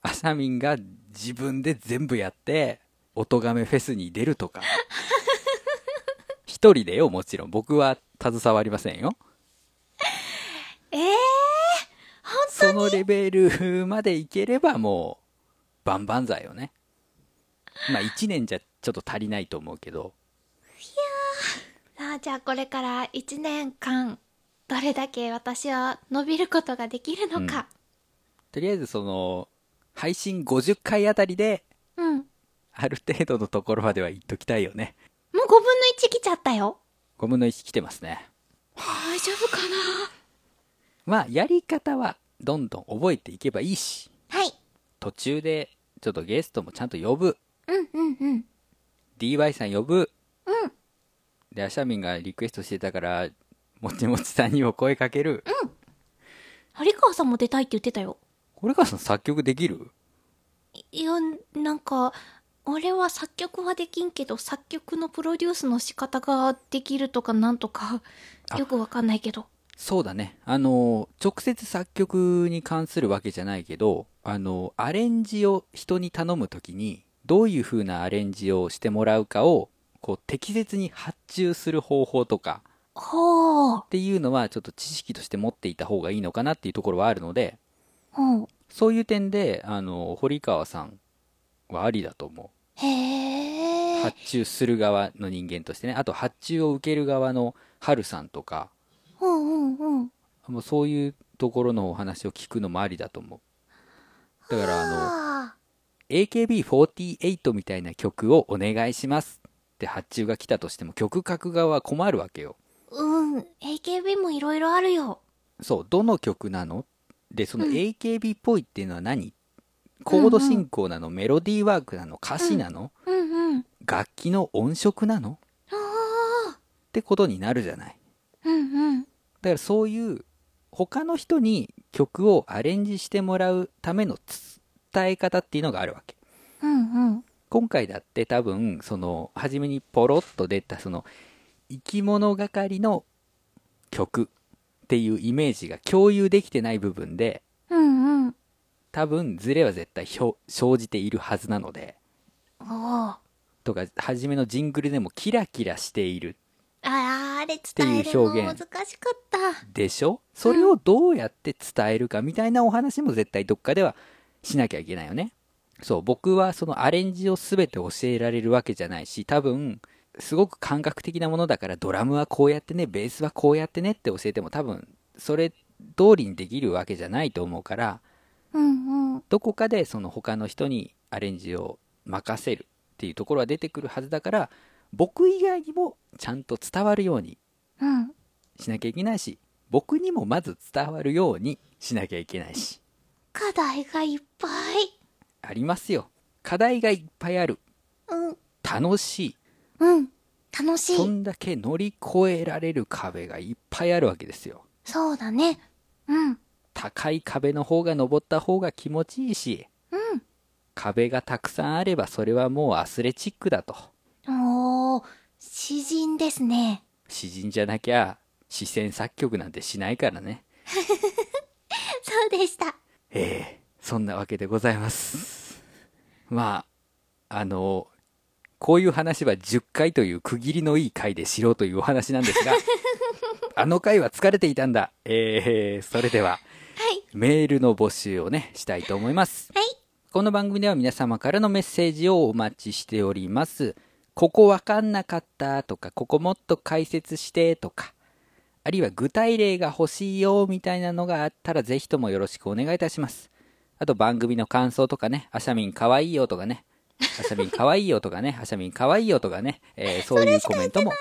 A: あさみんが自分で全部やっておとがめフェスに出るとか一人でよもちろん僕は携わりませんよ
B: ええ
A: そのレベルまでいければもうバンバンよねまあ1年じゃちょっと足りないと思うけど
B: あーじゃあこれから1年間どれだけ私は伸びることができるのか、
A: とりあえずその配信50回あたりで
B: うんも
A: ある程度のところまではいっときたいよね
B: う5分の1来ちゃったよ
A: 5分の1来てますね
B: 大丈夫か
A: まあやり方はどんどん覚えていけばいいし
B: なはい
A: 途中でちょっとゲストもちゃんと呼ぶ
B: うんうんうん
A: DY さん呼ぶ
B: うん
A: でアシャミンがリクエストしてたからもちもちさんにも声かける、
B: 堀川さんも出たいって言ってたよ
A: これからさん作曲できる
B: いやなんか俺は作曲はできんけど作曲のプロデュースの仕方ができるとかなんとか
A: あ
B: よくわかんないけど
A: そうだねあの直接作曲に関するわけじゃないけどあのアレンジを人に頼むときにどういう風なアレンジをしてもらうかをこう適切に発注する方法とか
B: ほう
A: っていうのはちょっと知識として持っていた方がいいのかなっていうところはあるので
B: ほう
A: そういう点であの堀川さんはありだと思
B: へ
A: う
B: え
A: 発注する側の人間としてねあと発注を受ける側の春さんとか
B: うんうんうん
A: もうそういうところのお話を聞くのもありだと思うだからあの
B: あ
A: AKB48 みたいな曲をお願いしますって発注が来たとしても曲書く側は困るわけよ
B: ーうん AKB もいろいろあるよ
A: そうどの曲なのでその
B: うん
A: AKB っぽいっていうのは何、コード進行なのメロディーワークなの歌詞なの、
B: うんうん。
A: 楽器の音色なのっ
B: ああ。
A: てことになるじゃない
B: うんうん。
A: だからそういう他の人に曲をアレンジしてもらうための伝え方っていうのがあるわけ
B: うんうん。
A: 今回だって多分その初めにポロッと出たその生き物係の曲っっていうイメージが共有できてない部分で
B: うんうん。
A: 多分ズレは絶対ひょ生じているはずなので
B: おー。
A: とか初めのジングルでも「キラキラしている
B: あーあれ伝える
A: っ
B: の
A: ていう
B: 難
A: 表現
B: しかった。」
A: でしょそれをどうやって伝えるかみたいなお話も絶対どっかではしなきゃいけないよねそう僕はそのアレンジを全て教えられるわけじゃないし多分すごく感覚的なものだからドラムはこうやってねベースはこうやってねって教えても多分それ通りにできるわけじゃないと思うから
B: うんうん。
A: どこかでその他の人にアレンジを任せるっていうところは出てくるはずだから僕以外にもちゃんと伝わるように
B: うん。
A: しなきゃいけないし僕にもまず伝わるようにしなきゃいけないし
B: 課題がいっぱい。
A: ありますよ課題がいっぱいある
B: うん。
A: 楽し
B: うん。楽し
A: いそ
B: い。
A: んだけ乗り越えられる壁がいっぱいあるわけですよ
B: そうだね。うん。
A: 高い壁の方が登った方が気持ちいいし
B: うん。
A: 壁がたくさんあればそれはもうアスレチックだと
B: おー、詩人ですね。
A: 詩人じゃなきゃ視線作曲なんてしないからね
B: そうでした。
A: ええそんなわけでございますまああのこういう話は10回という区切りのいい回でしろというお話なんですがあの回は疲れていたんだええそれでは
B: はい。
A: メールの募集をねしたいと思います
B: はい。
A: この番組では皆様からのメッセージをお待ちしております。ここわかんなかったとか、ここもっと解説してとか、あるいは具体例が欲しいよみたいなのがあったらぜひともよろしくお願いいたします。あと番組の感想とかね、あしゃみんかわいいよとかね、あしゃみんかわいいよとかね、あしゃみんかわいいよとかね、えーそういうコメントも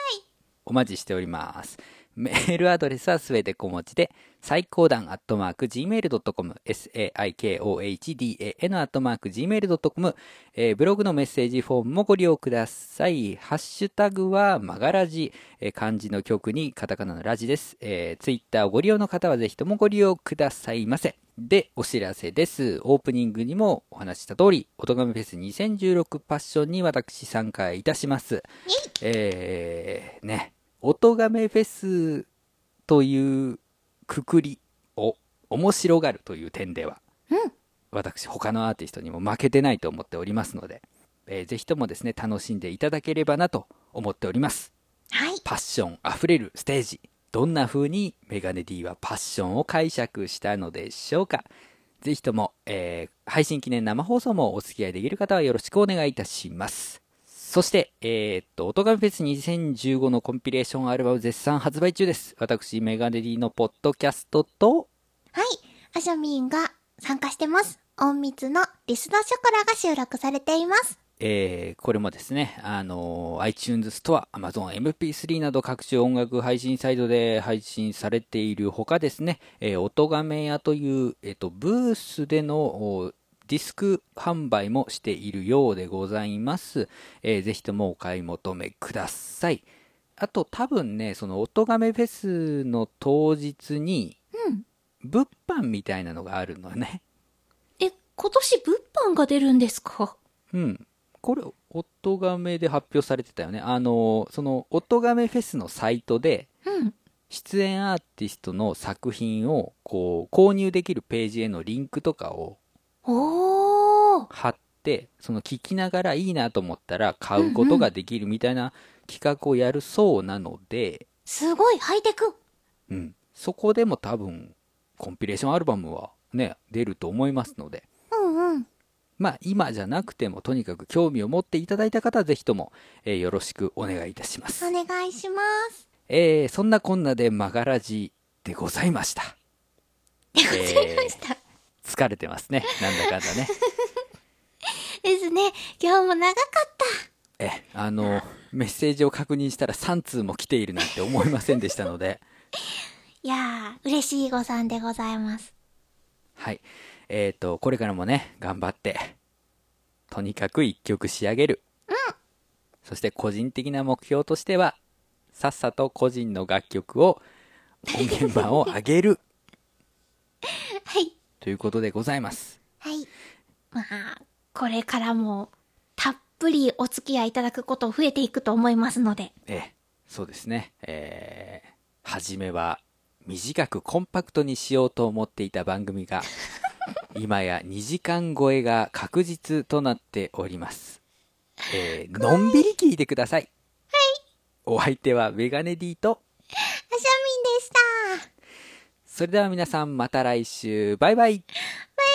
A: お待ちしております。メールアドレスはすべて小文字で、最高段アットマーク gmail.com、saikohdan アットマーク gmail.com、えーブログのメッセージフォームもご利用ください。ハッシュタグはマガラジ、えー漢字の曲にカタカナのラジです。えー、ツイッターをご利用の方はぜひともご利用くださいませ。で、お知らせです。オープニングにもお話しした通り、おとがめフェス2016パッションに私参加いたします。えー、ね、おとがめフェスというくくりを面白がるという点では、
B: うん
A: 私他のアーティストにも負けてないと思っておりますので、えーぜひともですね楽しんでいただければなと思っております
B: はい。
A: パッションあふれるステージどんな風にメガネ D はパッションを解釈したのでしょうかぜひとも、えー配信記念生放送もお付き合いできる方はよろしくお願いいたしますそして、えーっと、音楽フェス2015のコンピレーションアルバム絶賛発売中です。私、メガネ D のポッドキャストと、
B: はい。アシャミンが参加してます。隠密のリスナーショコラが収録されています。
A: えーこれもですね、あのー iTunes ストア、Amazon MP3 など各種音楽配信サイトで配信されているほかですね、えー、音亀屋という、えっとブースでのおディスク販売もしているようでございます。えーぜひともお買い求めください。あと多分ね、その音亀フェスの当日に、
B: うん
A: 物販みたいなのがあるのね。
B: え、今年物販が出るんですか
A: うん。これ、音亀で発表されてたよね。あの、その、音亀フェスのサイトで、
B: うん。
A: 出演アーティストの作品を、こう、購入できるページへのリンクとかを
B: おー。
A: 貼って、その、聞きながらいいなと思ったら、買うことができるみたいな企画をやるそうなので、
B: すごいハイテク。
A: うん。そこでも多分、コンピレーションアルバムはね、出ると思いますので、
B: うんうん。
A: まあ、今じゃなくても、とにかく興味を持っていただいた方は、ぜひとも、えーよろしくお願いいたします。
B: お願いします。
A: えーそんなこんなでマガラジでございました。
B: で ございました。
A: 疲れてますね。なんだかんだね。
B: ですね。今日も長かった。
A: え、あの、メッセージを確認したら3通も来ているなんて思いませんでしたので、
B: いやー、嬉しいごさんでございます。
A: はい。えっ、と、これからもね、頑張って、とにかく1曲仕上げる。そして個人的な目標としては、さっさと個人の楽曲を、音源版を上げる
B: はい。
A: ということでございます。
B: はい。まあ、これからも、たっぷりお付き合いいただくこと増えていくと思いますので。
A: ええ、そうですね。えー、初めは短くコンパクトにしようと思っていた番組が今や2時間超えが確実となっております、えーのんびり聞いてくださいはいお相手はメガネ D と
B: あしゃみんでした。
A: それでは皆さんまた来週バイバイ
B: バイ